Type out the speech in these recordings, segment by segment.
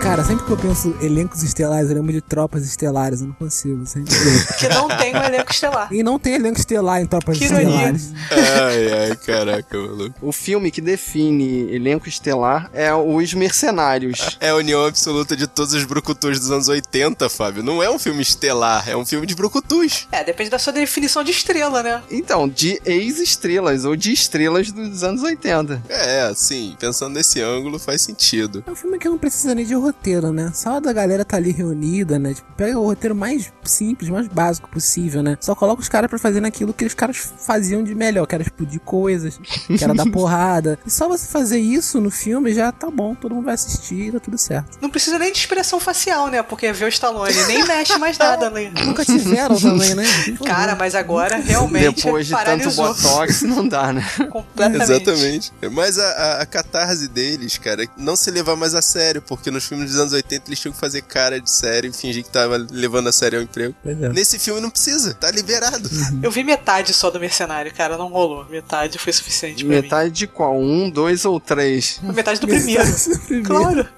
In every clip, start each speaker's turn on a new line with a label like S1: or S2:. S1: Cara, sempre que eu penso elencos estelares, eu lembro de tropas estelares. Eu não consigo, sempre.
S2: Que não tem um elenco estelar.
S1: e não tem elenco estelar em tropas
S2: Que ironia.
S1: estelares.
S3: Ai, ai, caraca, maluco.
S4: O filme que define elenco estelar é Os Mercenários.
S3: É a união absoluta de todos os brucutus dos anos 80, Fábio. Não é um filme estelar, é um filme de brucutus.
S2: É, depende da sua definição de estrela, né?
S4: Então, de ex-estrelas ou de estrelas dos anos 80.
S3: É, assim, pensando nesse ângulo faz sentido.
S1: É um filme que não precisa nem de roteiro, né? Só da galera tá ali reunida, né? Tipo, pega o roteiro mais simples, mais básico possível, né? Só coloca os caras pra fazerem aquilo que os caras faziam de melhor, que era explodir coisas, que era dar porrada. E só você fazer isso no filme já tá bom, todo mundo vai assistir, tá tudo certo.
S2: Não precisa nem de expressão facial, né? Porque vê o Stallone, nem mexe mais nada, né?
S1: Nunca tiveram também, né? Por
S2: Cara,
S1: favor.
S2: mas agora realmente
S4: Depois de tanto
S2: paralisou
S4: botox, não dá, né?
S2: completamente.
S3: Exatamente. Mas a, a- a catarse deles, cara, é não se levar mais a sério, porque nos filmes dos anos 80 eles tinham que fazer cara de sério e fingir que tava levando a sério o emprego.
S1: Pois é.
S3: Nesse filme não precisa, tá liberado.
S2: Eu vi metade só do Mercenário, cara, não rolou. Metade foi suficiente pra
S4: Metade de qual? Um, dois ou três?
S2: mim. Foi Metade do primeiro.
S1: Primeiro.
S2: Claro.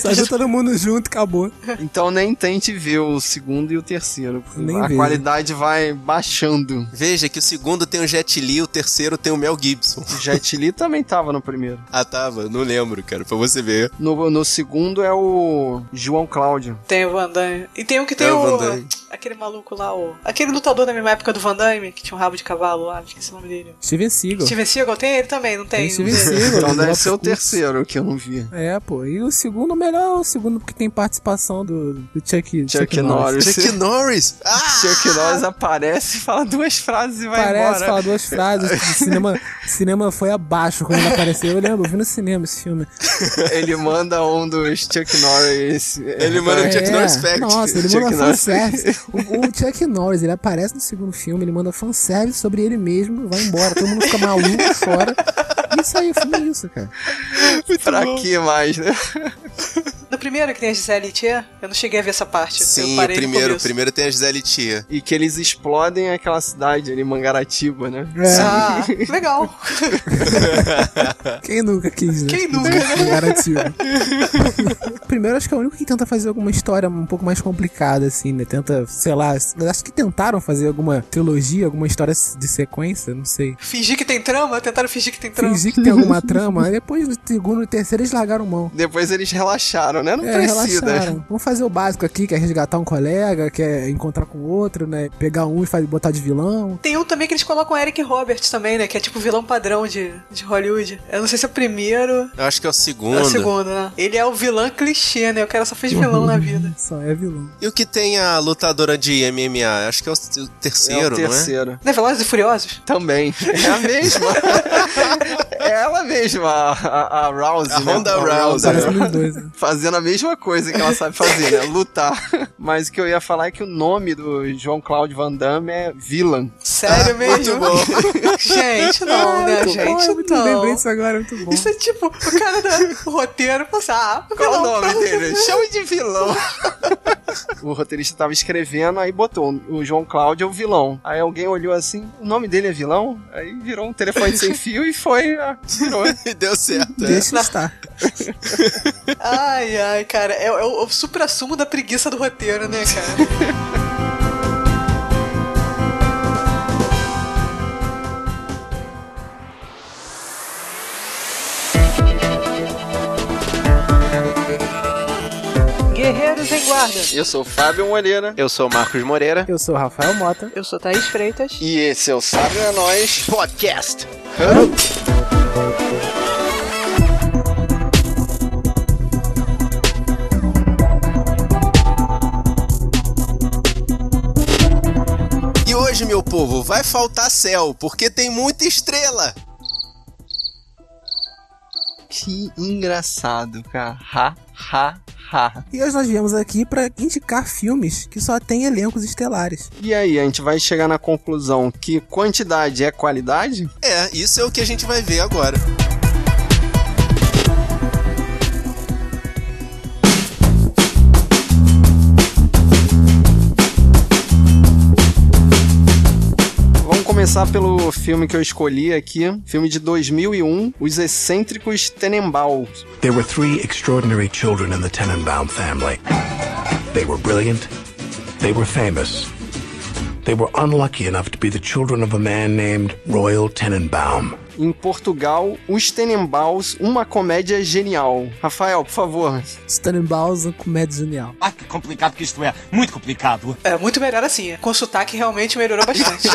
S1: Só viu todo mundo junto, acabou.
S4: Então nem tente ver o segundo e o terceiro. porque
S1: Nem
S4: a
S1: vejo.
S4: qualidade vai baixando.
S3: Veja que o segundo tem o Jet Li, o terceiro tem o Mel Gibson.
S4: O Jet Li também tava no primeiro.
S3: Ah, tava, não lembro, cara, pra você ver.
S4: No, no segundo é o João Cláudio.
S2: Tem o Van Damme. E tem o que tem
S3: É o
S2: o.
S3: Van Damme.
S2: Aquele maluco lá, o. Aquele lutador da mesma época do Van Damme, que tinha um rabo de cavalo lá, esqueci o nome dele.
S1: Steven Seagal.
S2: Steven Seagal tem ele também, não tem?
S1: Tem Steven
S2: Não sei.
S1: Seagal.
S4: Então deve
S1: Lopes
S4: ser o
S1: Curso.
S4: terceiro que eu não vi.
S1: É, pô. E o segundo melhor é o segundo porque tem participação do, do Chuck,
S4: Chuck Norris.
S3: Chuck Norris! Ah!
S4: Chuck Norris aparece, fala duas frases e vai
S1: Parece,
S4: embora.
S1: fala duas frases. O cinema, cinema foi abaixo quando ele apareceu. Eu lembro, eu vi no cinema esse filme.
S4: Ele manda um dos Chuck Norris. é,
S3: Ele manda um Chuck Norris Fact.
S1: É, Nossa, ele
S4: Chuck
S1: manda
S4: Norris.
S1: fanservice. O, o Chuck Norris, ele aparece no segundo filme, ele manda fanservice sobre ele mesmo, vai embora. Todo mundo fica maluco fora. Isso aí, o filme é isso, cara.
S4: pra que mais, né?
S2: No primeiro que tem a Gisele Thier, eu não cheguei a ver essa parte. eu
S3: Sim, o
S2: parei no
S3: primeiro, o
S2: começo.
S3: primeiro tem a Gisele Tia.
S4: E que eles explodem aquela cidade ali, Mangaratiba, né?
S1: É.
S2: Ah, legal.
S1: Quem nunca quis, né?
S2: Quem nunca, né?
S1: Garantido. Primeiro, acho que é o único que tenta fazer alguma história um pouco mais complicada, assim, né? Tenta, sei lá, acho que tentaram fazer alguma trilogia, alguma história de sequência, não sei.
S2: Fingir que tem trama? Tentaram fingir que tem trama.
S1: Fingir que tem alguma trama, aí depois do segundo e terceiro eles largaram mão.
S4: Depois eles relaxaram, né? Não
S1: É,
S4: precisa.
S1: relaxaram. Vamos fazer o básico aqui, que é resgatar um colega, que é encontrar com outro, né? Pegar um e faz, botar de vilão.
S2: Tem um também que eles colocam o Eric Roberts também, né? Que é tipo o vilão padrão de, de Hollywood. Eu não sei se é o primeiro
S3: Eu acho que é o
S2: ou
S3: segundo.
S2: é o segundo, né? Ele é o vilão clichê, né? O cara só fez vilão na vida.
S1: Só é vilão.
S3: E o que tem a lutadora de MMA? Acho que é o s- o
S4: É
S3: terceiro,
S4: o terceiro.
S2: Não é Velozes e Furiosos?
S4: Também. É a mesma. é ela mesma, a, a- a Rousey.
S3: A
S4: né?
S3: Ronda
S4: A
S3: Rousey.
S2: Tá.
S1: Parece nos dois, né?
S4: Fazendo a mesma coisa que ela sabe fazer, né? Lutar. Mas o que eu ia falar é que o nome do João Cláudio Van Damme é Villain.
S2: Sério mesmo?
S3: muito bom.
S2: gente, não, né,
S1: muito
S2: gente?
S1: bom, muito
S2: não.
S1: lembrei disso agora, muito bom.
S2: Isso é tipo, o cara do roteiro passar. Ah,
S4: Qual
S2: vilão,
S4: o nome
S2: pronto.
S4: dele? Chama de vilão. o roteirista tava escrevendo, aí botou o João Cláudio é o vilão. Aí alguém olhou assim, o nome dele é vilão? Aí virou um telefone sem fio e foi. ah, Virou.
S3: E deu certo. é.
S1: Deixa estar.
S2: Ai, ai, cara. É, é o, é o supra-sumo da preguiça do roteiro, né, cara? Guerreiros em Guarda.
S4: Eu sou o Fábio Moreira.
S5: Eu sou o Marcos Moreira.
S1: Eu sou o Rafael Mota.
S2: Eu sou Thaís Freitas.
S4: E esse é o Sábio é Nós.
S5: Podcast.
S3: E hoje, meu povo, vai faltar céu, porque tem muita estrela.
S4: Que engraçado, cara. Ha, ha, ha.
S1: E hoje nós viemos aqui pra indicar filmes que só tem elencos estelares.
S4: E aí, a gente vai chegar na conclusão que quantidade é qualidade?
S3: É, isso é o que a gente vai ver agora.
S4: Vamos começar pelo filme que eu escolhi aqui, filme de 2001, Os Excêntricos Tenenbaums.
S5: There were three extraordinary children in the Tenenbaum family. They were brilliant. They were famous. They were unlucky enough to be the children of a man named Royal Tenenbaum.
S4: Em Portugal, Os Tenenbaums, uma comédia genial. Rafael, por favor.
S1: Stannenbaus, comédia genial.
S6: Ah, que complicado que isto é. Muito complicado.
S2: É muito melhor assim. Com sotaque realmente melhorou bastante.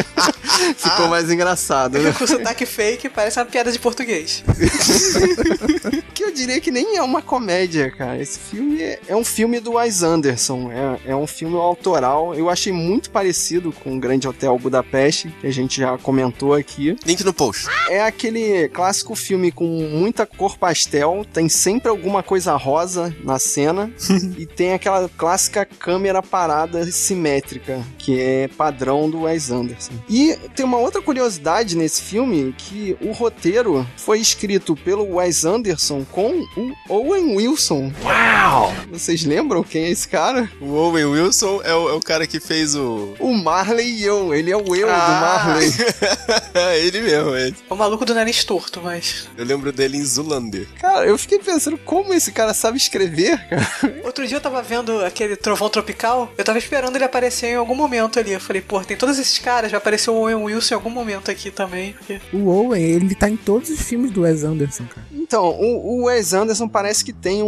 S4: Ficou mais engraçado, né?
S2: Com sotaque fake parece uma piada de português.
S4: que eu diria que nem é uma comédia, cara. Esse filme é, é um filme do Wes Anderson. É, é um filme autoral. Eu achei muito parecido com o Grande Hotel Budapeste, que a gente já comentou aqui.
S3: Link no post.
S4: É aquele clássico filme com muita cor pastel, tem sempre alguma coisa rosa na cena e tem aquela clássica câmera parada simétrica, que é padrão do Wes Anderson. E tem uma outra curiosidade nesse filme que o roteiro foi escrito pelo Wes Anderson com o Owen Wilson.
S5: Wow!
S4: Vocês lembram quem é esse cara?
S3: O Owen Wilson é o, é o cara que fez o.
S4: O Marley e eu, ele é o eu do
S2: Ah.
S4: Marley.
S3: ele mesmo, ele.
S2: É O maluco do nariz torto, mas.
S3: Eu lembro dele em Zulander.
S4: Cara, eu fiquei pensando como esse cara sabe escrever, cara.
S2: Outro dia eu tava vendo aquele Trovão Tropical, eu tava esperando ele aparecer em algum momento ali. Eu falei, pô, tem todos esses caras, vai aparecer o Owen Wilson em algum momento aqui também. porque- é
S1: O Owen, ele tá em todos os filmes do Wes Anderson, cara.
S4: Então, o, o Wes Anderson parece que tem um,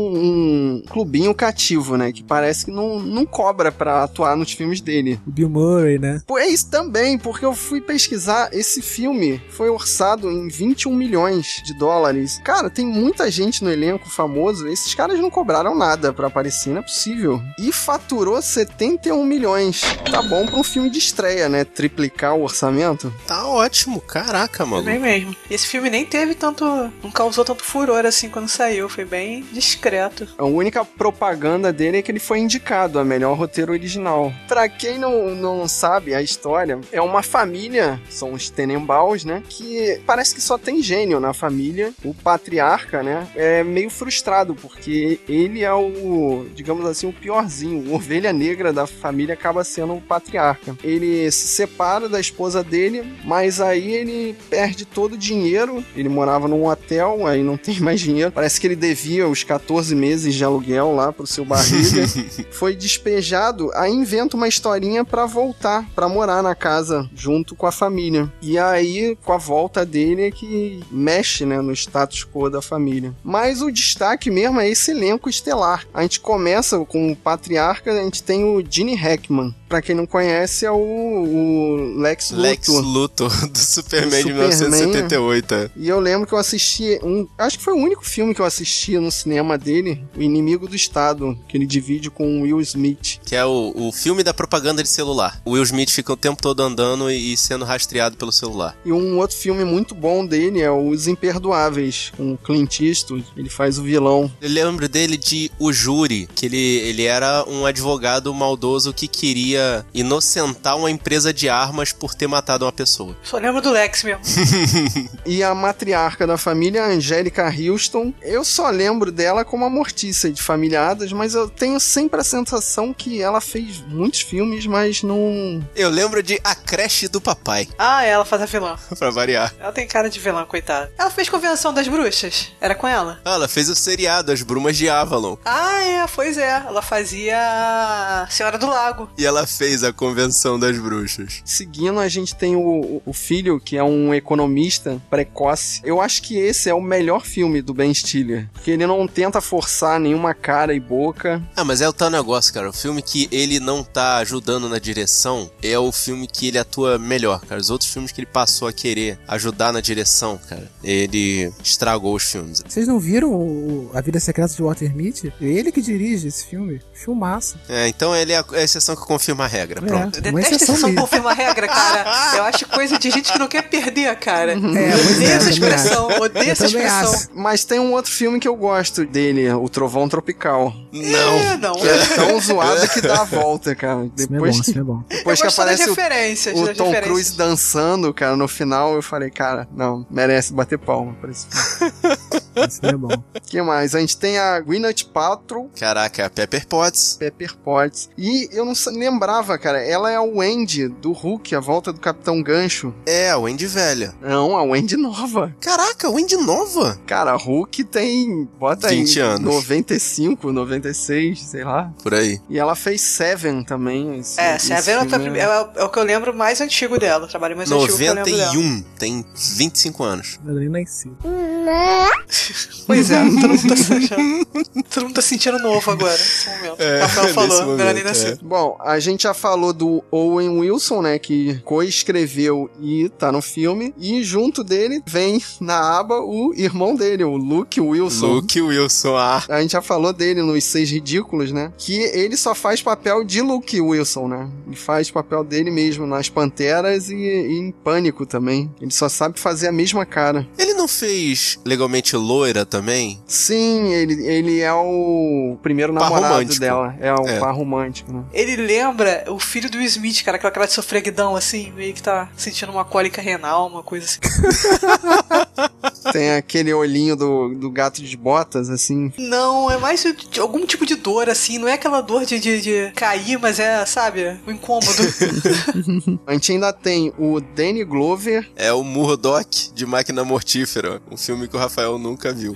S4: um clubinho cativo, né? Que parece que não, não cobra pra atuar nos filmes dele.
S1: O Bill Murray, né?
S4: Pô, é isso também, porque eu fui pesquisar, esse filme foi orçado em 21 milhões de dólares. Cara, tem muita gente no elenco famoso, esses caras não cobraram nada pra aparecer, não é possível. E faturou 71 milhões. Tá bom pra um filme de estreia, né? Triplicar o orçamento.
S3: Tá ótimo, caraca, maluco.
S2: Bem mesmo. E esse filme nem teve tanto. não causou tanto furor assim quando saiu, foi bem discreto.
S4: A única propaganda dele é que ele foi indicado a melhor roteiro original. Pra quem não, não sabe a história, é uma família, são os Tenenbaums, né? Que parece que só tem gênio na família. O patriarca, né? É meio frustrado, porque ele é o, digamos assim, o piorzinho. O ovelha negra da família acaba sendo o patriarca. Ele se separa da esposa dele, mas aí ele perde todo o dinheiro. Ele morava num hotel, aí não tem mais dinheiro. Parece que ele devia os 14 meses de aluguel lá pro seu barriga. Foi despejado, aí inventa uma historinha pra voltar, pra morar na casa junto com a família. E aí, com a volta dele é que mexe, né, no status quo da família. Mas o destaque mesmo é esse elenco estelar. A gente começa com o patriarca, a gente tem o Gene Hackman. Pra quem não conhece, é o, o Lex,
S3: Lex
S4: Luthor.
S3: Luthor do Superman, de
S4: Superman.
S3: 1978. é.
S4: E eu lembro que eu assisti um. Acho que foi o único filme que eu assisti no cinema dele, O Inimigo do Estado, que ele divide com o Will Smith.
S3: Que é o, o filme da propaganda de celular. O Will Smith fica o tempo todo andando e, e sendo rastreado pelo celular.
S4: E um outro filme muito bom dele é Os Imperdoáveis, com o Clint Eastwood. Ele faz o vilão.
S3: Eu lembro dele de O Júri, que ele, ele era um advogado maldoso que queria inocentar uma empresa de armas por ter matado uma pessoa.
S2: Só lembro do Lex mesmo.
S4: E a matriarca da família, a Angélica Houston. Eu só lembro dela como a Mortícia de Família Adams, mas eu tenho sempre a sensação que ela fez muitos filmes, mas não.
S3: Eu lembro de A Creche do Papai,
S2: Ah, ela faz a vilã.
S3: pra variar.
S2: Ela tem cara de vilã, coitada. Ela fez convenção das bruxas. Era com ela?
S3: Ah, Ela fez o seriado As Brumas de Avalon.
S2: Ah, é, pois é. Ela fazia a Senhora do Lago.
S3: E ela fez a Convenção das Bruxas.
S4: Seguindo, a gente tem o, o filho, que é um economista precoce. Eu acho que esse é o melhor filme do Ben Stiller. Porque ele não tenta forçar nenhuma cara e boca.
S3: Ah, mas é o tal negócio, cara. O filme que ele não tá ajudando na direção é o filme que ele atua melhor, cara. Os outros filmes que ele passou a querer ajudar na direção, cara, ele estragou os filmes.
S1: Vocês não viram o- A Vida Secreta de Walter Mitty? É Ele que dirige esse filme. Filmaço.
S3: É, então ele é a é a exceção que confirma a regra, pronto.
S1: É, uma
S2: Detesta
S1: exceção
S2: essa
S1: mesmo.
S2: confirma a regra, cara. Eu acho coisa de gente que não quer perder, cara.
S1: É,
S2: eu
S1: pois
S2: odeio
S1: é,
S2: essa
S1: eu também acho.
S2: expressão, odeio
S1: Eu
S2: essa
S1: também
S2: expressão.
S1: acho.
S4: Mas tem um outro filme que eu gosto dele, O Trovão Tropical.
S2: É,
S3: Não.
S2: não.
S4: Que é tão zoado que dá a volta, cara.
S1: Esse filme é
S4: Depois,
S1: bom, esse filme é bom.
S4: depois
S2: eu
S4: que
S2: gosto
S4: aparece
S2: das
S4: o,
S2: referências,
S4: o
S2: das
S4: Tom
S2: referências.
S4: Cruise dançando, cara, no final, eu falei, cara, não, merece bater palma pra esse filme.
S1: Isso é bom.
S4: que mais? A gente tem a Gwyneth Paltrow,
S3: Caraca, a Pepper Potts.
S4: Pepper Potts. E eu não sa- lembrava, cara, ela é a Wendy do Hulk, a volta do Capitão Gancho.
S3: É, a Wendy velha.
S4: Não, a Wendy nova.
S3: Caraca, Wendy nova.
S4: Cara, Hulk tem, bota
S3: 20
S4: aí,
S3: anos.
S4: 95, 96, sei lá.
S3: Por aí.
S4: E ela fez Seven também. esse-
S2: É,
S4: esse
S2: Seven foi a
S4: filme.
S2: prim- é, o- é o que eu lembro mais antigo dela. O trabalho mais antigo que eu lembro dela.
S3: 91. Tem 25 anos.
S1: Eu nem nasci.
S4: um.
S2: Pois é, todo mundo tá se achando. Todo mundo tá se sentindo novo agora, nesse momento.
S3: É,
S2: O Rafael
S3: nesse
S2: falou,
S3: momento,
S2: Melanie
S3: é.
S2: nasceu.
S4: Bom, a gente já falou do Owen Wilson, né, que coescreveu e tá no filme. E junto dele vem na aba o irmão dele, o Luke Wilson.
S3: Luke Wilson, ah.
S4: A gente já falou dele nos Seis Ridículos, né? Que ele só faz papel de Luke Wilson, né? Ele faz papel dele mesmo nas Panteras e, e em Pânico também. Ele só sabe fazer a mesma cara.
S3: Ele não fez legalmente loira também?
S4: Sim, ele, ele é o primeiro
S3: Par
S4: namorado
S3: romântico.
S4: dela. É o
S3: É.
S4: par romântico, né?
S2: Ele lembra o filho do Smith, cara, aquela cara de sofreguidão, assim, meio que tá sentindo uma cólica renal, uma coisa assim.
S4: Tem aquele olhinho do, do gato de botas, assim.
S2: Não, é mais de- de algum tipo de dor, assim, não é aquela dor de, de, de cair, mas é, sabe, o incômodo.
S4: A gente ainda tem o Danny Glover,
S3: É o Murdoch de Máquina Mortífera, um filme que o Rafael nunca viu.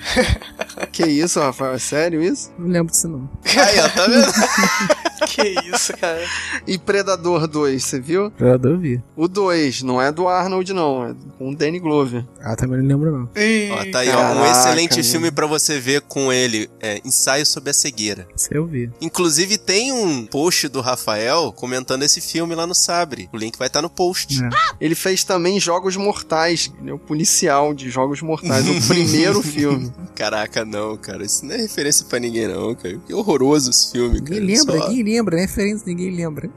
S4: que isso, Rafael? É sério isso?
S1: Não lembro disso, não.
S3: Aí, ó, tá vendo?
S2: que isso, cara.
S4: E Predador 2, você viu?
S1: Predador eu vi.
S4: O 2, não é do Arnold, não, é com o Danny Glover.
S1: Ah, também não lembro, não.
S2: Ih,
S3: Ó, tá aí, ó, um
S4: Caraca,
S3: excelente
S4: meu.
S3: filme pra você ver com ele, é Ensaio sobre a Cegueira.
S1: Isso eu vi.
S3: Inclusive tem um post do Rafael comentando esse filme lá no Sabre. O link vai estar no post.
S1: É.
S4: Ele fez também Jogos Mortais, ele é o policial de Jogos Mortais, o primeiro filme.
S1: É.
S3: Caraca, não, cara. Isso não é referência pra ninguém, não, cara. Que horroroso esse filme, cara.
S1: Ninguém lembra,
S3: Só-
S1: ninguém lembra. né? Referência, ninguém lembra.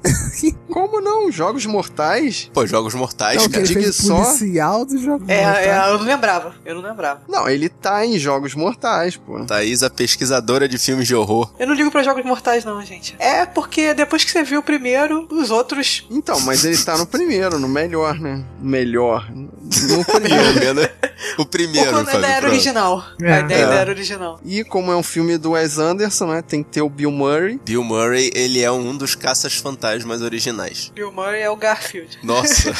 S4: Como não? Jogos Mortais?
S3: Pô, Jogos Mortais,
S1: Não, que
S3: cara.
S1: ele
S4: diga
S1: fez
S4: só-
S1: o policial do jogo.
S2: É,
S1: tá?
S2: é, eu não lembrava, eu não lembrava.
S4: Não, ele tá em Jogos Mortais, pô.
S3: Thaís, a pesquisadora de filmes de horror.
S2: Eu não ligo pra jogos mortais, não, gente. É porque depois que você viu o primeiro, os outros.
S4: Então, mas ele tá no primeiro, no melhor, né? Melhor. No
S3: Pelo
S4: primeiro.
S3: menos o
S2: Ou
S3: primeiro,
S2: quando
S3: Fábio,
S2: ainda era
S3: pronto.
S2: original.
S1: É.
S2: A ideia ainda
S4: É.
S2: era original.
S4: E como é um filme do Wes Anderson, né? Tem que ter o Bill Murray.
S3: Bill Murray, ele é um dos caças-fantasmas originais.
S2: Bill Murray é o Garfield.
S3: Nossa.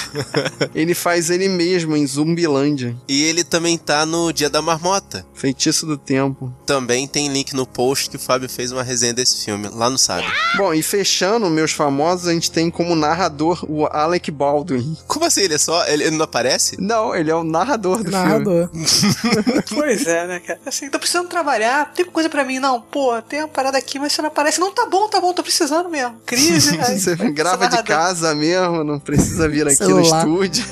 S4: Ele faz ele mesmo em Zumbilândia.
S3: e ele também tá no Dia da Marmota.
S4: Feitiço do Tempo.
S3: Também tem link no post que o Fábio fez uma resenha desse filme, lá no Sabre.
S4: Bom, e fechando meus famosos, a gente tem como narrador o Alec Baldwin.
S3: Como assim? Ele é só. Ele, ele não aparece?
S4: Não, ele é o narrador do filme.
S1: Narrador.
S2: Pois é, né, cara? Assim, tô precisando trabalhar, tem coisa pra mim, não. Pô, tem uma parada aqui, mas você não aparece. Não, tá bom, tá bom, tô precisando mesmo. Crise, né? aí,
S4: Você
S2: aí,
S4: grava de
S2: narrador.
S4: casa mesmo, não precisa vir aqui no
S1: é Celular.
S4: estúdio.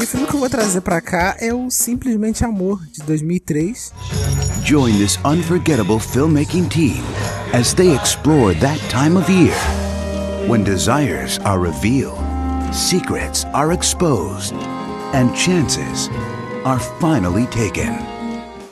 S1: E o filme que eu vou trazer pra cá é o Simplesmente Amor, de 2003.
S7: Join this unforgettable filmmaking team as they explore that time of year when desires are revealed, secrets are exposed, and chances are finally taken.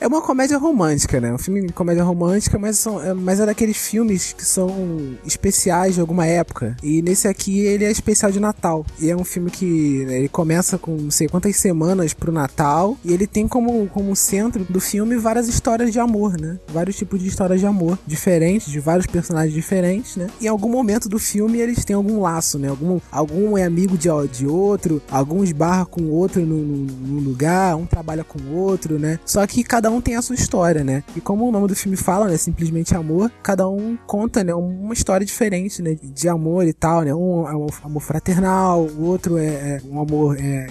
S1: É uma comédia romântica, né? Um filme de comédia romântica, mas, são, é, mas é daqueles filmes que são especiais de alguma época. E nesse aqui ele é especial de Natal. E é um filme que né, ele começa com não sei quantas semanas pro Natal. E ele tem como, como centro do filme várias histórias de amor, né? Vários tipos de histórias de amor diferentes, de vários personagens diferentes, né? Em algum momento do filme eles têm algum laço, né? Algum, algum é amigo de, de outro, alguns barra com o outro no, no- no lugar, um trabalha com o outro, né? Só que cada um tem a sua história, né? E como o nome do filme fala, né? Simplesmente amor, cada um conta, né? Uma história diferente, né? De amor e tal, né? Um é um amor fraternal, o outro é, é um amor é,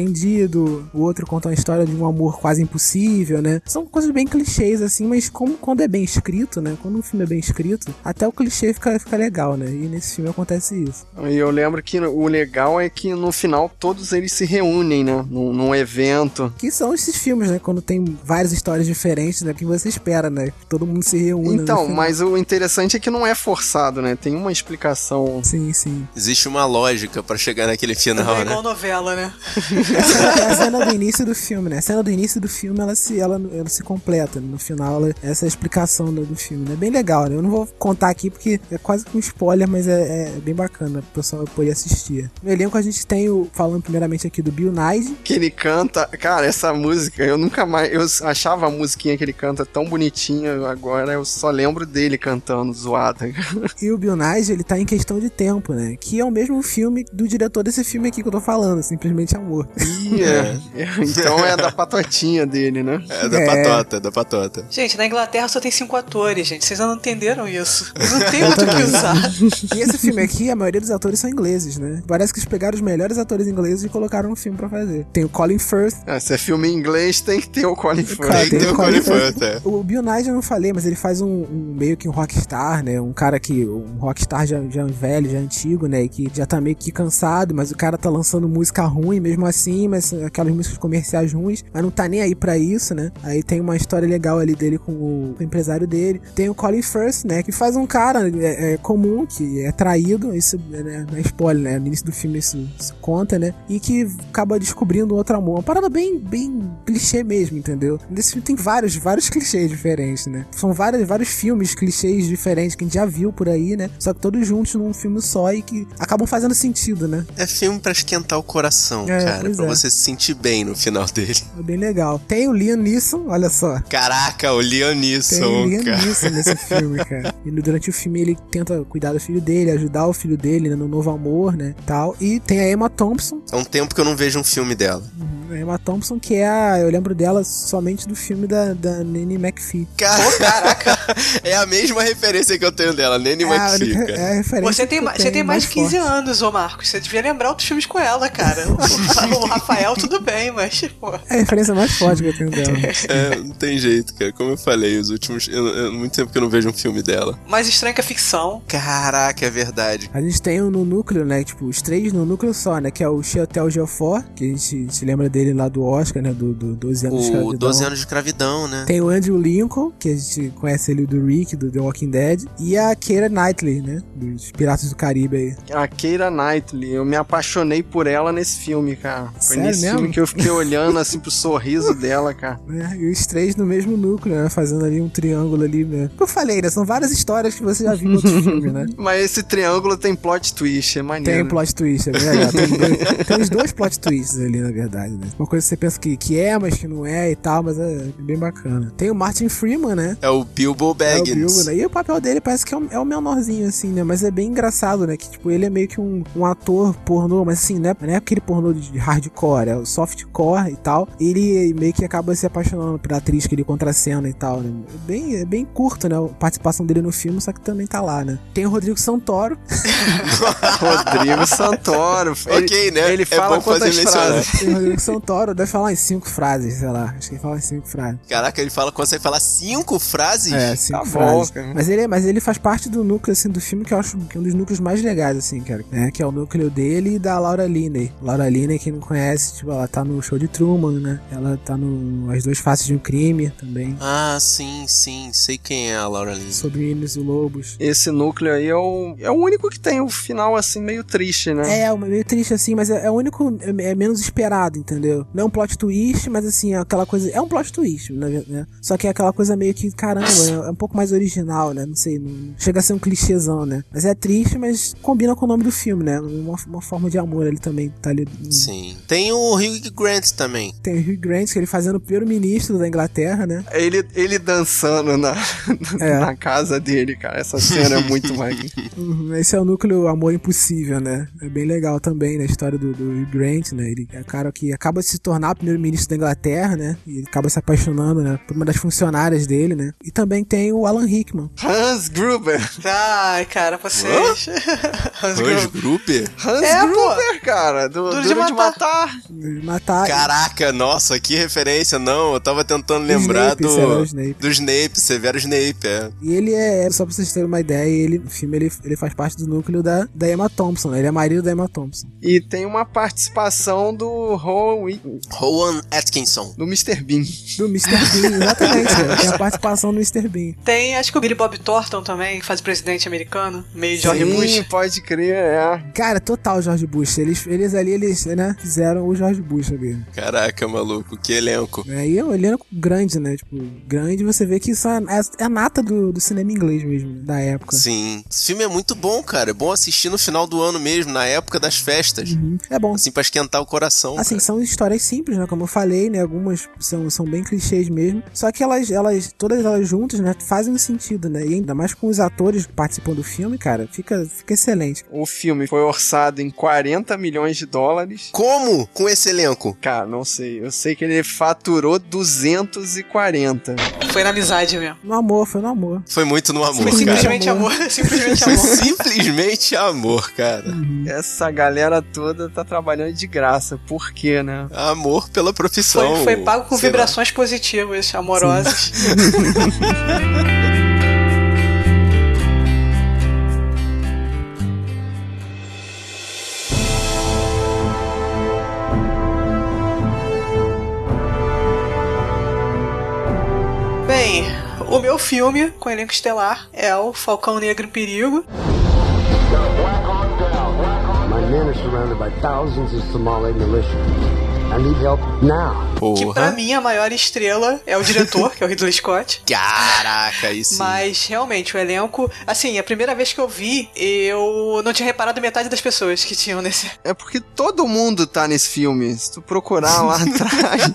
S1: incompreendido, o outro conta uma história de um amor quase impossível, né? São coisas bem clichês, assim, mas como quando é bem escrito, né? Quando um filme é bem escrito, até o clichê fica, fica legal, né? E nesse filme acontece isso.
S4: E eu lembro que o legal é que no final todos eles se reúnem, né? Num, num evento.
S1: Que são esses filmes, né? Quando tem várias histórias diferentes, né? Que você espera, né? Que todo mundo se reúne.
S4: Então, mas o interessante é que não é forçado, né? Tem uma explicação.
S1: Sim, sim.
S3: Existe uma lógica pra chegar naquele
S2: Não, é
S3: final,
S2: igual
S3: né?
S2: novela, né?
S1: É a cena do início do filme, né? A cena do início do filme, ela se, ela, ela se completa. né? No final, ela- essa é a explicação do, do filme, né? Bem legal, né? Eu não vou contar aqui porque é quase que um spoiler, mas é, é bem bacana pro pessoal poder assistir. No elenco, a gente tem o... Falando primeiramente aqui do Bill Nye,
S4: Que ele canta. Cara, essa música, eu nunca mais. Eu achava a musiquinha que ele canta tão bonitinha. Agora eu só lembro dele cantando zoada.
S1: E o Bill Nye, ele tá em questão de tempo, né? Que é o mesmo filme do diretor desse filme aqui que eu tô falando, Simplesmente Amor.
S4: Ih, é. Então é da patotinha dele, né?
S3: É da
S1: É.
S3: patota, é da patota.
S2: Gente, na Inglaterra só tem cinco atores, gente. Vocês ainda não entenderam isso. Não tem muito o que
S1: também.
S2: usar.
S1: E esse filme aqui, a maioria dos atores são ingleses, né? Parece que eles pegaram os melhores atores ingleses e colocaram um filme pra fazer. Tem o Colin Firth.
S4: Ah, se é filme em inglês, tem que ter o Colin
S1: cara,
S4: Firth.
S3: Tem que ter o Colin Firth, é.
S1: O Bill Nye eu não falei, mas ele faz um, um- meio que um rockstar, né? Um cara que... Um rockstar já, já velho, já antigo, né? E que já tá meio que cansado, mas o cara tá lançando música ruim mesmo assim, mas aquelas músicas comerciais ruins, mas não tá nem aí pra isso, né? Aí tem uma história legal ali dele com o, com o empresário dele. Tem o Colin Firth, né? Que faz um cara é, é, comum, que é traído. Isso né, não é spoiler, né? No início do filme isso, isso conta, né? E que acaba descobrindo outro amor. Uma parada bem, bem clichê mesmo, entendeu? Nesse filme tem vários, vários clichês diferentes, né? São vários, vários filmes clichês diferentes que a gente já viu por aí, né? Só que todos juntos num filme só e que acabam fazendo sentido, né?
S3: É filme pra esquentar o coração,
S1: É,
S3: cara.
S1: pois
S3: Pra
S1: é.
S3: você se sentir bem no final dele.
S1: É bem legal. Tem o Liam Neeson, olha só.
S3: Caraca, o
S1: Tem o
S3: Leonisson,
S1: Liam
S3: um cara.
S1: Neeson nesse filme, cara. E no- durante o filme ele tenta cuidar do filho dele, ajudar o filho dele né, no novo amor, né, tal. E tem a Emma Thompson,
S3: Há um tempo que eu não vejo um filme dela.
S1: a Emma Thompson que é a, eu lembro dela somente do filme da, da Nanny McPhee.
S3: caraca! é a mesma referência que eu tenho dela, Nanny
S1: a
S3: McPhee,
S1: única-
S3: cara.
S1: é a referência
S2: Você tem,
S1: que eu
S2: ma- você tem
S1: tenho
S2: mais de 15
S1: forte.
S2: anos, ô Marcos. Você devia lembrar outros filmes com ela, cara. O o Rafael, tudo bem, mas, pô.
S1: É a referência mais forte que eu tenho dela.
S3: É, não tem jeito, cara. Como eu falei, os últimos. eu- eu- muito tempo que eu não vejo um filme dela.
S2: Mais estranho que a ficção.
S3: Caraca, é verdade.
S1: A gente tem um no núcleo, né? Tipo, os três no núcleo só, né? Que é o Chetel Geoffroy, que a gente se lembra dele lá do Oscar, né? Do, do 12 anos de
S3: O
S1: escravidão.
S3: 12 anos de escravidão, né?
S1: Tem o Andrew Lincoln, que a gente conhece ele do Rick, do The Walking Dead. E a Keira Knightley, né? Dos Piratas do Caribe aí.
S4: A Keira Knightley, eu me apaixonei por ela nesse filme, cara. Foi
S1: Sério
S4: nesse
S1: mesmo?
S4: filme que eu fiquei olhando assim pro sorriso dela, cara.
S1: né? E os três no mesmo núcleo, né? Fazendo ali um triângulo ali, né? Como eu falei, né? São várias histórias que você já viu em outros filmes, né?
S4: Mas esse triângulo tem plot twist, é maneiro.
S1: Tem plot twist, é verdade. Tem, dois- tem os dois plot twists ali, na verdade, né? Uma coisa que você pensa que, que é, mas que não é e tal, mas é bem bacana. Tem o Martin Freeman, né?
S3: É o Bilbo
S1: É o Bilbo,
S3: Baggins.
S1: né? E o papel dele parece que é o, é o menorzinho, assim, né? Mas é bem engraçado, né? Que, tipo, ele é meio que um, um ator pornô, mas assim, né? Não é aquele pornô de de hardcore, é o softcore e tal. Ele meio que acaba se apaixonando pela atriz que ele contracena e tal, né? É Bem, é bem curto, né? A participação dele no filme, só que também tá lá, né? Tem o Rodrigo Santoro,
S4: Rodrigo Santoro.
S3: Ok, né?
S4: Ele
S3: É
S4: fala
S3: bom fazer
S4: quantas
S3: mencionar.
S4: frases.
S1: tem o Rodrigo Santoro, deve falar em cinco frases, sei lá. Acho que ele fala em cinco frases.
S3: Caraca, ele fala, consegue falar cinco frases?
S1: É, cinco
S4: Tá bom,
S1: frases.
S4: cara.
S1: mas, ele, é, mas ele faz parte do núcleo, assim, do filme que eu acho que é um dos núcleos mais legais, assim, cara. né? Que é o núcleo dele e da Laura Linney. Laura Linney, quem não conhece, tipo, ela tá no show de Truman, né? Ela tá no As Duas Faces de um Crime também.
S3: Ah, sim, sim. Sei quem é a Laura Lins.
S1: Sobre Meninos e Lobos.
S4: Esse núcleo aí é o, é o único que tem o final assim meio triste, né?
S1: É, é meio triste assim, mas é, é o único. É, é menos esperado, entendeu? Não é um plot twist, mas assim, é aquela coisa. É um plot twist, né? né? Só que é aquela coisa meio que, caramba, né? é um pouco mais original, né? Não sei, não- não- chega a ser um clichêzão, né? Mas é triste, mas combina com o nome do filme, né? Uma, uma forma de amor ali também, tá ali.
S3: Sim. Tem o Hugh Grant também.
S1: Tem o Hugh Grant, que ele fazendo o primeiro-ministro da Inglaterra, né?
S4: Ele, ele dançando na,
S1: É.
S4: na casa dele, cara. Essa cena é muito magnífica.
S1: Uhum, Esse é o núcleo Amor Impossível, né? É bem legal também, né? A história do, do Hugh Grant, né? Ele é o cara que acaba de se tornar primeiro-ministro da Inglaterra, né? E ele acaba se apaixonando, né? Por uma das funcionárias dele, né? E também tem o Alan Rickman.
S4: Hans Gruber.
S2: Ai, cara, vocês. Hans
S3: Hans
S2: Gruber.
S3: Gruber?
S4: Hans
S2: É, pô.
S4: Gruber, cara. Do,
S2: Duro
S4: Duro,
S2: de
S4: de matar.
S1: Ele Matar.
S3: Caraca, nossa, que referência, não. Eu tava tentando lembrar
S1: Snape, é será
S3: do.
S1: o Snape.
S3: Do Snape, Severo Snape, é.
S1: né? E ele é, só pra vocês terem uma ideia, ele, no filme ele, ele faz parte do núcleo da, da Emma Thompson, né? Ele é marido da Emma Thompson.
S4: E tem uma participação do Ron Whitney,
S3: Rowan Atkinson.
S4: do Mr. Bean.
S1: Do Mr. Bean, exatamente. né? Tem a participação do Mr. Bean.
S2: Tem, acho que o Billy Bob Thornton também, que faz o presidente americano, meio George
S4: Sim,
S2: Bush.
S4: pode crer, é.
S1: Cara, total George Bush. Eles, eles ali, eles, né, fizeram o George Bush ali.
S3: Caraca, maluco, que elenco.
S1: É, E eu olhando grande, né? Tipo, grande, você vê que isso é, é a nata do, do cinema inglês mesmo, né, da época.
S3: Sim. Esse filme é muito bom, cara. É bom assistir no final do ano mesmo, na época das festas.
S1: Uhum. É bom.
S3: Assim, pra esquentar o coração.
S1: Assim,
S3: cara.
S1: são histórias simples, né? Como eu falei, né? Algumas são, são bem clichês mesmo. Só que elas, elas, todas elas juntas, né? Fazem um sentido, né? E ainda mais com os atores que participam do filme, cara, fica, fica excelente.
S4: O filme foi orçado em 40 milhões de dólares.
S3: Como com esse elenco?
S4: Cara, não sei. Eu sei que ele faturou 240.
S2: Foi na amizade mesmo.
S1: No amor, foi no amor.
S3: Foi muito no amor,
S2: Foi
S3: cara.
S2: simplesmente amor. Simplesmente
S3: Foi
S2: amor.
S3: simplesmente amor, cara.
S4: Essa galera toda tá trabalhando de graça. Por quê, né?
S3: Amor pela profissão.
S2: Foi, foi pago com
S3: sei lá.
S2: vibrações positivas, amorosas. Bem, o meu filme com elenco estelar é o Falcão Negro em Perigo.
S8: My men are surrounded by thousands of Somali militia. I need help now.
S2: Que pra
S3: Porra.
S2: mim a maior estrela é o diretor, que é o Ridley Scott.
S3: Caraca, isso.
S2: Mas realmente, o elenco. Assim, a primeira vez que eu vi, eu não tinha reparado metade das pessoas que tinham nesse.
S4: É porque todo mundo tá nesse filme. Se tu procurar lá atrás.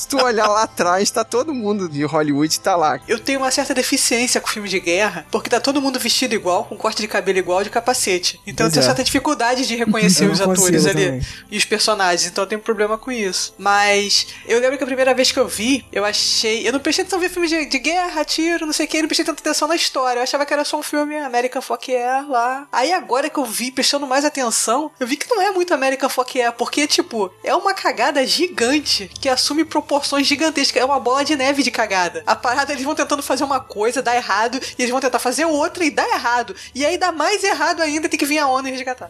S4: Se tu olhar lá atrás, tá todo mundo de Hollywood tá lá.
S2: Eu tenho uma certa deficiência com filme de guerra, porque tá todo mundo vestido igual, com corte de cabelo igual, de capacete. Então eu
S4: Pois
S2: tenho
S4: é.
S2: certa dificuldade de reconhecer
S1: Eu não
S2: os atores
S1: consigo
S2: ali
S1: também.
S2: e os personagens, então eu tenho problema com isso. Mas eu lembro que a primeira vez que eu vi, eu achei. Eu não prestei atenção em ver filme de, de guerra, tiro, não sei o que, eu não prestei tanta atenção na história. Eu achava que era só um filme American Folk Air lá. Aí agora que eu vi, prestando mais atenção, eu vi que não é muito American Folk Air, porque, tipo, é uma cagada gigante que assume proporções gigantescas. É uma bola de neve de cagada. A parada, eles vão tentando fazer uma coisa, dá errado, e eles vão tentar fazer outra e dá errado. E aí dá mais errado ainda, tem que vir a ONU e resgatar.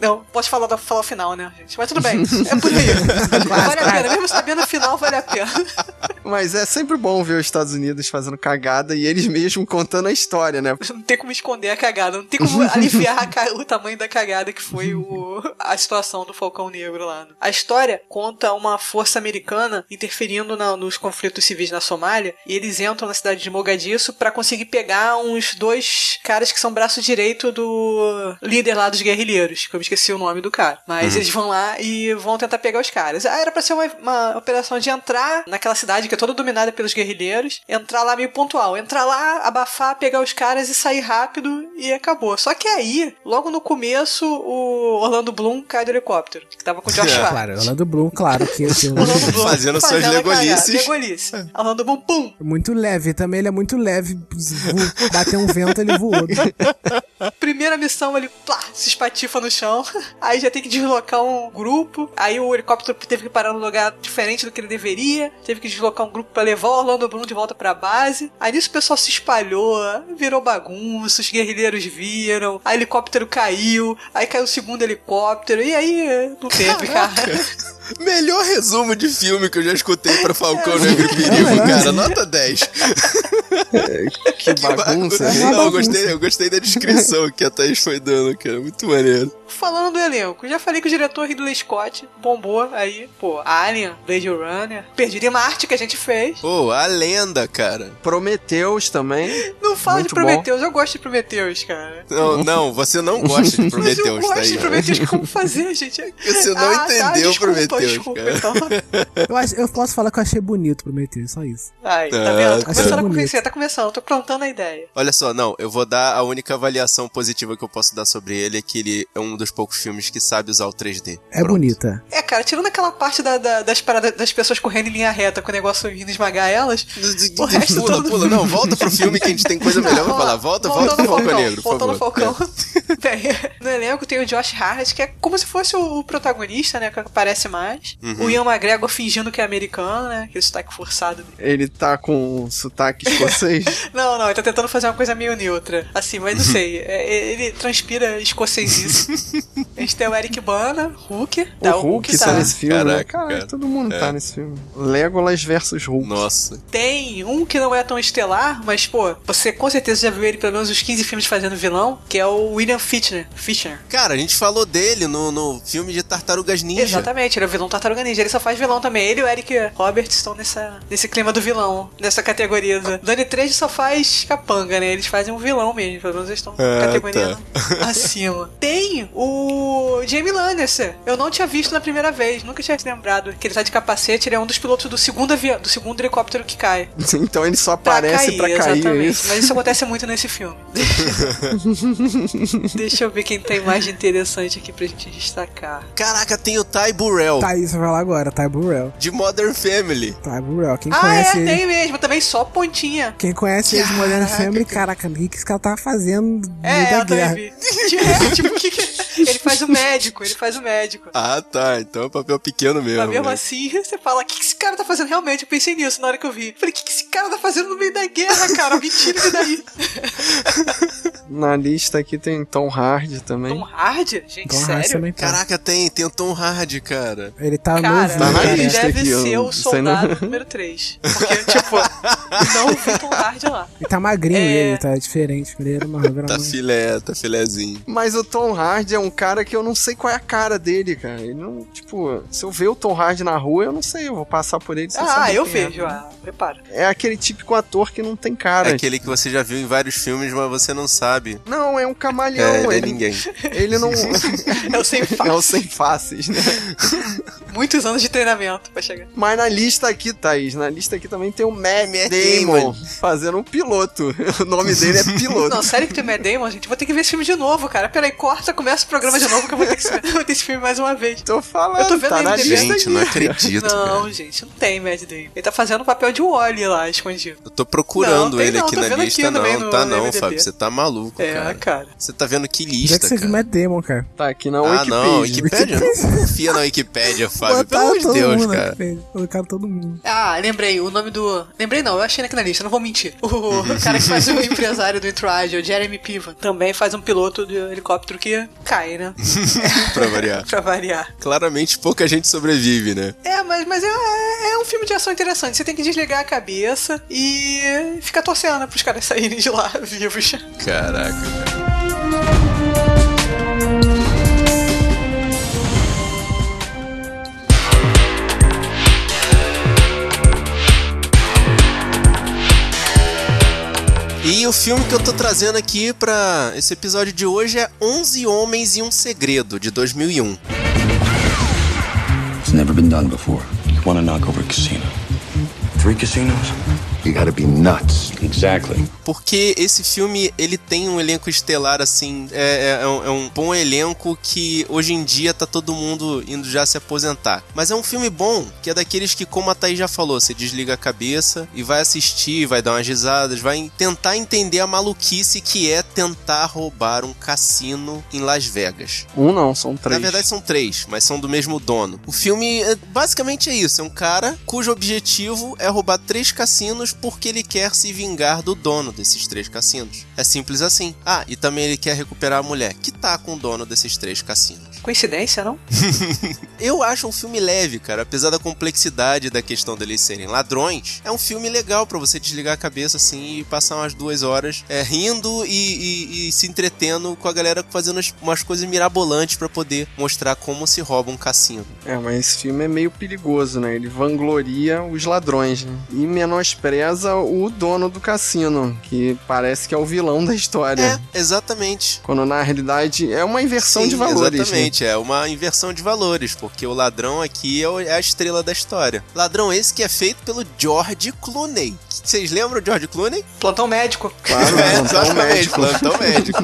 S2: Não, posso falar, da, falar o final, né, gente? Mas tudo bem, é por aí. vale a pena, mesmo sabendo o final, vale a pena.
S4: Mas é sempre bom ver os Estados Unidos fazendo cagada e eles mesmos contando a história, né?
S2: Não tem como esconder a cagada, não tem como aliviar a ca- o tamanho da cagada que foi o- a situação do Falcão Negro lá. né? A história conta uma força americana interferindo na- nos conflitos civis na Somália e eles entram na cidade de Mogadishu pra conseguir pegar uns dois caras que são braço direito do líder lá dos guerrilheiros, que eu me esqueci o nome do cara.
S3: Uhum.
S2: Mas eles vão lá e vão tentar pegar os caras. Ah, era pra ser uma, uma operação de entrar naquela cidade que é toda dominada pelos guerrilheiros, entrar lá meio pontual, entrar lá, abafar, pegar os caras e sair rápido e acabou. Só que aí, logo no começo, o Orlando Bloom cai do helicóptero, que tava com o Josh
S3: É,
S2: Schwartz.
S1: Claro, ela do Bloom, claro que assim,
S2: Orlando Bloom
S3: Fazendo suas
S2: fazendo a cagada,
S3: legolices. É.
S2: Legolice. Orlando Bloom, pum!
S1: Muito leve também, ele é muito leve. vo- Bateu um vento, ele voou.
S2: Primeira missão, ele plá, se espatifa no chão. Aí já tem que deslocar um grupo. Aí o helicóptero teve que parar num lugar diferente do que ele deveria. Teve que deslocar um grupo pra levar o Orlando Bloom de volta pra base. Aí nisso o pessoal se espalhou, virou bagunça, os guerrilheiros viram. Aí o helicóptero caiu. Aí caiu o segundo helicóptero. E aí não teve, cara.
S3: Melhor resumo de filme que eu já escutei pra Falcão Negro e Perigo, cara. Nota 10.
S4: Que bagunça.
S1: É uma
S3: Não,
S1: bagunça.
S3: eu gostei, eu gostei da descrição que a Thaís foi dando, cara. Muito maneiro.
S2: Falando do elenco, já falei que o diretor Ridley Scott bombou aí. Pô, Alien, Blade Runner. Perdido em Marte que a gente fez.
S3: Pô, a lenda, cara.
S4: Prometeus também.
S2: Não fala
S4: Muito
S2: de
S4: bom.
S2: Prometheus, eu gosto de Prometheus, cara.
S3: Não, não, você não gosta de
S2: Mas eu
S3: Prometheus,
S2: gosto
S3: Thaís.
S2: de Prometheus, como fazer, gente?
S3: Você não
S2: Ah, tá,
S3: entendeu
S2: desculpa,
S3: Prometheus,
S2: desculpa,
S3: cara.
S2: então.
S1: Eu, acho- eu posso falar que eu achei bonito Prometeu, só isso.
S2: Ai, tá
S3: Ah,
S2: vendo? Tô
S3: tá.
S2: começando a
S1: Bonito.
S2: convencer, tá começando, tô plantando a ideia.
S3: Olha só, não, eu vou dar a única avaliação positiva que eu posso dar sobre ele, é que ele é um dos poucos filmes que sabe usar o 3D.
S1: É
S3: Pronto.
S1: bonita.
S2: É, cara, tirando aquela parte da- da- das paradas das pessoas correndo em linha reta com o negócio vindo esmagar elas. O resto
S3: pula,
S2: todo-
S3: pula, não, volta pro filme que a gente tem coisa melhor pra
S2: vamos lá.
S3: falar. Volta, volta
S2: Voltando
S3: pro
S2: ao
S3: Falcão Negro, por
S2: Voltando ao
S3: favor.
S2: Falcão. Bem, no elenco tem o Josh Hart, que é como se fosse o protagonista, né? Que aparece mais.
S3: Uhum.
S2: O Ian McGregor fingindo que é americano, né? Aquele sotaque forçado dele.
S4: Ele tá com sotaque escocês.
S2: Não, não, ele tá tentando fazer uma coisa meio neutra. Assim, mas
S4: Uhum.
S2: não sei. É, é, ele transpira escocesice. A gente tem o Eric Bana, Hulk.
S4: o Hulk tá nesse filme, né?
S3: Caraca,
S4: Caralho,
S3: cara.
S4: todo mundo
S3: É.
S4: tá nesse filme. Legolas versus Hulk.
S3: Nossa.
S2: Tem um que não é tão estelar, mas, pô, você com certeza já viu ele pelo menos uns 15 filmes fazendo vilão, que é o William Fichtner. Fichtner.
S3: Cara, a gente falou dele no, no filme de Tartarugas Ninja.
S2: Exatamente, ele é o vilão Tartaruga Ninja. Ele só faz vilão também. Ele e o Eric Roberts estão nessa, nesse clima do vilão, nessa categoria. Do Dani 3 só faz capanga, né? Eles fazem um vilão mesmo, pelo menos eles estão
S4: É,
S3: Ah,
S2: categoria
S3: tá.
S2: acima. Tem o Jamie Lannister. Eu não tinha visto na primeira vez, nunca tinha lembrado que ele tá de capacete. Ele é um dos pilotos do segundo, avião, do segundo helicóptero que cai.
S4: Então ele só aparece pra cair, é
S2: exatamente.
S4: isso.
S2: Mas isso acontece muito nesse filme. Deixa eu ver quem tem mais de interessante aqui pra gente destacar.
S3: Caraca, tem o Ty Burrell,
S1: Tá aí, você vai lá agora, Ty Burrell.
S3: de Modern Family.
S1: Ty Burrell, quem
S2: Ah, é,
S1: conhece ele...
S2: tem mesmo, também só pontinha.
S1: Quem conhece ele de Modern Family, caraca, o que que esse cara tava fazendo no meio
S2: É,
S1: da
S2: eu
S3: tá
S2: também
S1: guerra?
S2: vi. É, tipo, o que que- ele faz o médico, ele faz o médico.
S3: Ah, tá. Então é papel pequeno mesmo.
S2: Mas mesmo
S3: né?
S2: assim, você fala, o que que esse cara tá fazendo? Realmente, eu pensei nisso na hora que eu vi. Falei, o que que esse cara tá fazendo no meio da guerra, cara? Alguém tira ele daí.
S4: Na lista aqui tem Tom Hardy também.
S2: Tom Hardy? é Gente,
S1: Tom Hardy
S2: sério?
S1: também tá.
S3: Caraca, tem, tem o Tom Hardy, cara.
S1: Ele tá
S2: Cara,
S1: novo.
S4: Tá na
S2: né? ele
S4: lista
S2: deve
S4: aqui,
S2: ser
S4: eu-
S2: o
S4: isso aí não-
S2: soldado número 3. Porque, tipo, não vi Tom Hardy lá.
S1: Ele tá magrinho,
S2: É.
S1: ele tá diferente. Ele era uma é era
S3: Tá
S1: uma-
S3: filé, tá filézinho.
S4: Mas o Tom Hardy é um cara que eu não sei qual é a cara dele, cara. Ele não, tipo, se eu ver o Tom Hardy na rua, eu não sei, eu vou passar por ele sem
S2: Ah,
S4: saber
S2: eu
S4: quem é.
S2: vejo, ah, repara.
S4: É aquele típico ator que não tem cara.
S3: É aquele que você já viu em vários filmes, mas você não sabe.
S4: Não, é um
S3: É,
S4: camaleão.
S3: ele é
S4: ele,
S3: ninguém.
S4: ele não.
S2: Eu sei
S4: é o sem faces, né?
S2: muitos anos de treinamento pra chegar.
S4: Mas na lista aqui, Thaís, na lista aqui também tem o Matt
S3: Matt
S4: Damon
S3: Damon.
S4: fazendo um piloto. O nome dele é Piloto.
S2: Não, sério que tem Matt Damon, gente? Eu Vou ter que ver esse filme de novo, cara. Peraí, corta, começa o programa de novo que eu vou ter que vou ter esse filme mais uma vez.
S4: Tô falando,
S2: Eu tô vendo
S4: tá
S2: ele
S4: na
S2: de
S4: lista
S3: Gente,
S4: aqui.
S3: não é acredito,
S2: Não,
S3: cara.
S2: gente, não tem Matt Damon. Ele tá fazendo o papel de Wally lá, escondido.
S3: Eu tô procurando
S2: Não, tem
S3: ele
S2: não,
S3: aqui
S2: tô
S3: na
S2: vendo aqui
S3: lista.
S2: também
S3: não,
S2: no
S3: tá não,
S2: IMDb.
S3: Fábio. Você tá maluco,
S2: É,
S3: cara.
S2: cara.
S3: Você tá vendo que
S1: Onde é que
S3: lista,
S1: você viu
S3: cara.
S1: Matt Damon, cara?
S4: Tá aqui na
S3: Ah,
S4: Wikipedia.
S3: não, Wikipédia. Não confia na Wikipédia, Fábio. Pelo amor de Deus,
S1: tá mundo,
S3: cara.
S1: né? Colocaram todo mundo.
S2: Ah, lembrei, o nome do. Lembrei não, eu achei aqui na lista, não vou mentir. O
S3: Uhum.
S2: cara que faz o empresário do Entourage, o Jeremy Piven, também faz um piloto de helicóptero que cai, né?
S3: pra variar.
S2: pra variar.
S3: Claramente pouca gente sobrevive, né?
S2: É, mas, mas é, é um filme de ação interessante. Você tem que desligar a cabeça e ficar torcendo pros caras saírem de lá vivos.
S3: Caraca, cara. E o filme que eu tô trazendo aqui pra esse episódio de hoje é 11 Homens e um Segredo, de 2001.
S6: It's never been done before. You want to knock over a casino.
S5: Three casinos?
S7: You gotta be nuts.
S6: Exactly.
S3: Porque esse filme, ele tem um elenco estelar, assim, é, é- é um, é um bom elenco que hoje em dia tá todo mundo indo já se aposentar. Mas é um filme bom, que é daqueles que, como a Thaís já falou, você desliga a cabeça e vai assistir, vai dar umas risadas, vai en- tentar entender a maluquice que é tentar roubar um cassino em Las Vegas.
S4: Um não, são três.
S3: Na verdade são três, mas são do mesmo dono. O filme é- basicamente é isso: é um cara cujo objetivo é roubar três cassinos porque ele quer se vingar do dono desses três cassinos. É simples assim. Ah, e também ele quer recuperar a mulher que tá com o dono desses três cassinos.
S2: Coincidência, não?
S3: Eu acho um filme leve, cara, apesar da complexidade da questão deles serem ladrões. É um filme legal pra você desligar a cabeça assim e passar umas duas horas é, rindo e, e- e se entretendo com a galera fazendo as- umas coisas mirabolantes pra poder mostrar como se rouba um cassino.
S4: É, mas esse filme é meio perigoso, né? Ele vangloria os ladrões, né? E menospreza o dono do cassino, que parece que é o vilão da história.
S3: É, exatamente.
S4: Quando na realidade é uma inversão
S3: Sim,
S4: de valores. né?
S3: Exatamente, é uma inversão de valores, porque o ladrão aqui é o- é a estrela da história. Ladrão esse que é feito pelo George Clooney. Vocês lembram do George Clooney?
S2: Plantão médico.
S4: Claro,
S3: É,
S4: plantão
S3: exatamente,
S4: médico.
S3: plantão médico.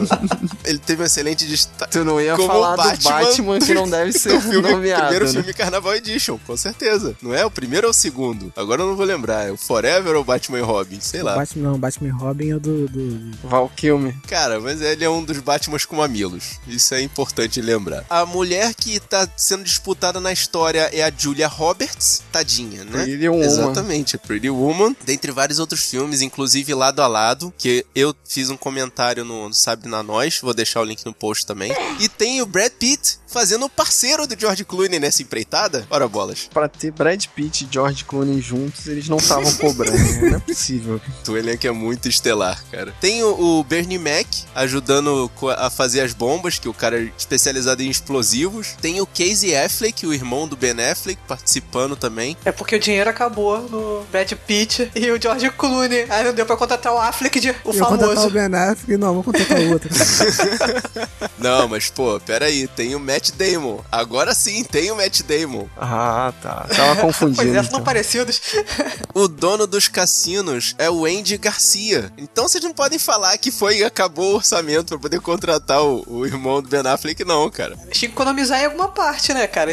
S3: ele teve um um excelente destaque.
S4: Tu não ia
S3: Como
S4: falar do
S3: Batman
S4: Batman que não deve ser
S3: do filme,
S4: nomeado.
S3: primeiro
S4: né?
S3: filme Carnaval Edition, com certeza. Não é o primeiro ou o segundo? Agora eu não vou lembrar. É o Forever ou Batman e Robin? Sei lá.
S1: Batman, não, Batman e Robin é o do, do- do-
S4: Val Kilmer.
S3: Cara, mas ele é um dos Batmans com mamilos. Isso é importante lembrar. A mulher que tá sendo disputada na história é a Julia Roberts, tadinha, né?
S4: Pretty Woman.
S3: Exatamente, Pretty Woman. Dentre vários outros filmes, inclusive Lado a Lado, que eu fiz um comentário no, no Sabrina Nós, vou deixar o link no post também. E tem o Brad Pitt fazendo o parceiro do George Clooney nessa empreitada. Ora bolas,
S4: Pra ter Brad Pitt e George Clooney juntos, eles não estavam cobrando. né? não é possível.
S3: o elenco é muito estelar, cara. Tem o, o Bernie Mac ajudando co- a fazer as bombas, que o cara é especializado em explosivos. Tem o Casey Affleck, o irmão do Ben Affleck, participando também.
S2: É porque o dinheiro acabou no Brad Pitt e o George Clooney. Aí não deu pra contratar o Affleck, de, o
S1: Eu vou contratar o
S2: famoso.
S1: Ben Affleck, não, vou contratar o outro.
S3: Não, mas pô, peraí, tem o Matt Damon. Agora sim, tem o Matt Damon.
S4: Ah, tá. Tava confundindo.
S2: Pois é,
S4: então.
S2: são parecidos.
S3: O dono dos cassinos é o Andy Garcia. Então vocês não podem falar que foi acabou o orçamento pra poder contratar o, o irmão do Ben Affleck, não, cara.
S2: Tinha que economizar em alguma parte, né, cara?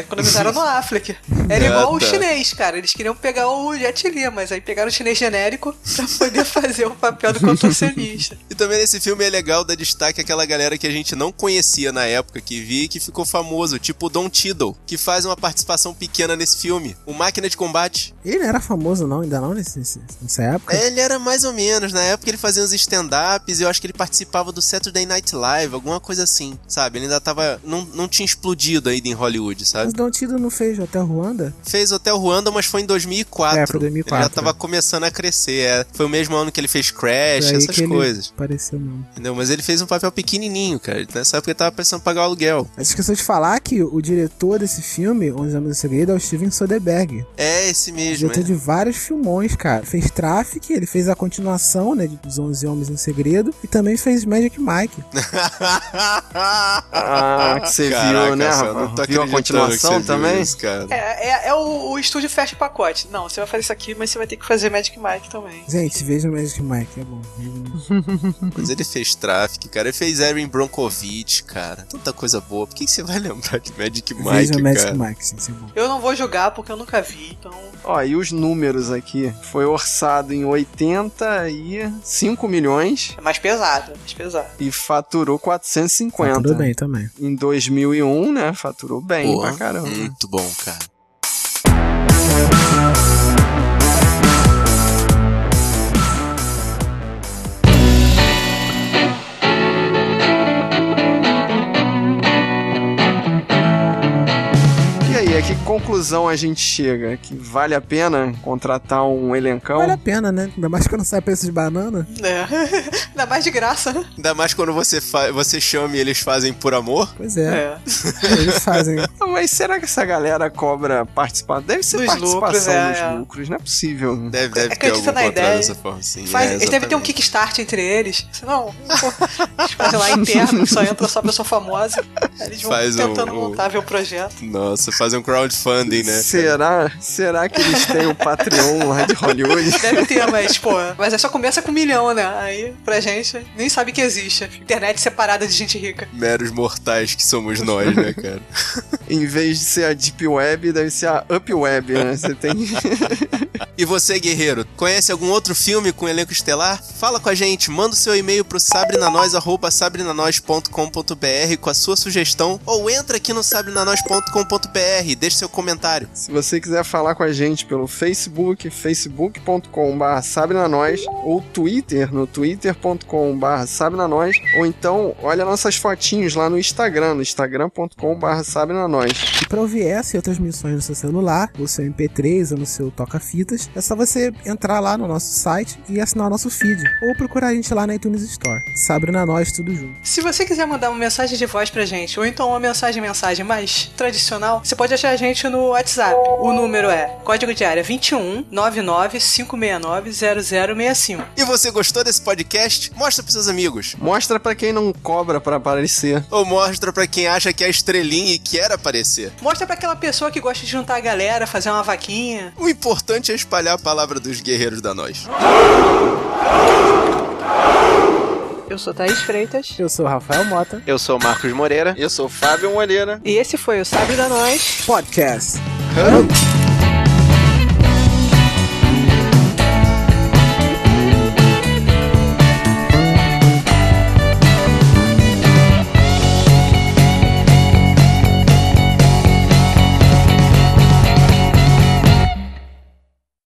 S2: Economizaram no Affleck. Era
S3: Ah,
S2: igual o
S3: tá.
S2: chinês, cara. Eles queriam pegar o Jet Li, mas aí pegaram o chinês genérico pra poder fazer o papel do contorcionista.
S3: E também nesse filme é legal dar destaque àquela galera que a gente não conhecia na época que vi e que ficou famoso, tipo o Don Tiddle, que faz uma participação pequena nesse filme. O Máquina de Combate.
S1: Ele não era famoso, não, ainda não, nesse, nesse- nessa época.
S3: Ele era mais ou menos, na época ele fazia uns stand-ups, eu acho que ele participava do Saturday Night Live, alguma coisa assim, sabe? Ele ainda tava. Não, não tinha explodido ainda em Hollywood, sabe?
S1: Mas Don Tido não fez até Ruanda?
S3: fez Hotel Ruanda, mas foi em 2004.
S1: É, foi 2004.
S3: Ele já tava começando a crescer. é. Foi o mesmo ano que ele fez Crash,
S1: Foi aí
S3: essas
S1: que ele
S3: coisas.
S1: Apareceu mesmo.
S3: Entendeu? Mas ele fez um papel pequenininho, cara. Nessa época ele tava pensando em pagar o aluguel.
S1: Mas esqueceu de falar que o diretor desse filme, Onze Anos do Segredo, é o Steven Soderbergh.
S3: É esse mesmo.
S1: Diretor
S3: é.
S1: de vários filmões, cara. Fez Traffic, ele fez a continuação, né, de Dos 11 Homens em Segredo, e também fez Magic Mike.
S4: Ah, que você
S3: Caraca,
S4: viu, né,
S3: Rafa?
S4: rapaz?
S3: Eu não tô
S4: viu a
S3: acreditando
S4: continuação
S3: que você viu
S4: também?
S3: isso, cara.
S2: É, é, é o, o estúdio fecha o pacote. Não, você vai fazer isso aqui, mas você vai ter que fazer Magic Mike também.
S1: Gente, veja o Magic Mike, é bom.
S3: Mas ele fez Traffic, cara. Ele fez Erin Bronkovich, cara. Tanta coisa boa. Por que que você vai lembrar de Magic Mike,
S1: veja o
S3: cara?
S1: Magic Mike, sim, é bom.
S2: Eu não vou julgar porque eu nunca vi, então.
S4: Ó, e os números aqui? Foi orçado em 85 milhões
S2: É mais pesado, é mais pesado.
S4: e faturou 450.
S1: Tá tudo bem também.
S4: Em 2001, né? Faturou bem
S3: Pô, hum.
S4: pra caramba.
S3: Muito bom, cara.
S4: E aí, a que conclusão a gente chega? Que vale a pena contratar um elencão?
S1: Vale a pena, né? Ainda mais quando sai preço de banana.
S2: É. Ainda mais de graça, né?
S3: Ainda mais quando você, fa- você chama e eles fazem por amor.
S1: Pois é,
S2: É.
S1: eles fazem.
S4: Ah, Mas será que essa galera cobra participar? Deve ser
S2: Dos lucros,
S4: participação
S2: é,
S4: dos
S2: é.
S4: lucros, não é possível.
S3: Deve, deve ter
S2: Acredita
S3: algum
S2: na
S3: contrato
S2: ideia.
S3: dessa forma, sim.
S2: Faz,
S3: é,
S2: eles devem ter um
S3: exatamente.
S2: kickstart entre eles. Não, fazer lá interno, só entra só pessoa famosa. Aí Eles vão
S3: Faz um-
S2: tentando
S3: um-
S2: montar, ver o projeto.
S3: Nossa, fazer um crowdfunding, né?
S4: Será? Será que eles têm o Patreon lá de Hollywood?
S2: Deve ter, mas, pô, mas aí só começa com um milhão, né? Aí, pra gente, nem sabe que existe. Internet separada de gente rica.
S3: Meros mortais que somos nós, né, cara?
S4: Em vez de ser a Deep Web, deve ser a Up Web, né? Você tem.
S3: E você, guerreiro, conhece algum outro filme com elenco estelar? Fala com a gente, manda o seu e-mail pro sabrinanois, arroba sabrinanois.com.br com a sua sugestão ou entra aqui no sabrinanois.com.br e deixa seu comentário.
S4: Se você quiser falar com a gente pelo Facebook, facebook.com.br sabrenanois, ou Twitter, no twitter.com.br sabrenanois, ou então olha nossas fotinhos lá no Instagram, no instagram.com.br sabrenanois.
S1: E pra ouvir essa e outras missões no seu celular, no seu MP3 ou no seu toca-fitas, é só você entrar lá no nosso site e assinar o nosso feed. Ou procurar a gente lá na iTunes Store. Sabrina Nós, tudo junto.
S2: Se você quiser mandar uma mensagem de voz pra gente, ou então uma mensagem mensagem mais tradicional, você pode achar a gente no WhatsApp. O número é código de área 21 99 569 0065.
S3: E você gostou desse podcast? Mostra pros seus amigos.
S4: Mostra pra quem não cobra pra aparecer.
S3: Ou mostra pra quem acha que é estrelinha e quer aparecer.
S2: Mostra pra aquela pessoa que gosta de juntar a galera, fazer uma vaquinha.
S3: O importante é espalhar a palavra dos guerreiros da nós.
S2: Eu sou Thaís Freitas.
S1: Eu sou o Rafael Mota.
S3: Eu sou o Marcos Moreira.
S9: Eu sou o Fábio Moreira.
S2: E esse foi o Sabe da Nós.
S1: Podcast.
S9: Hã?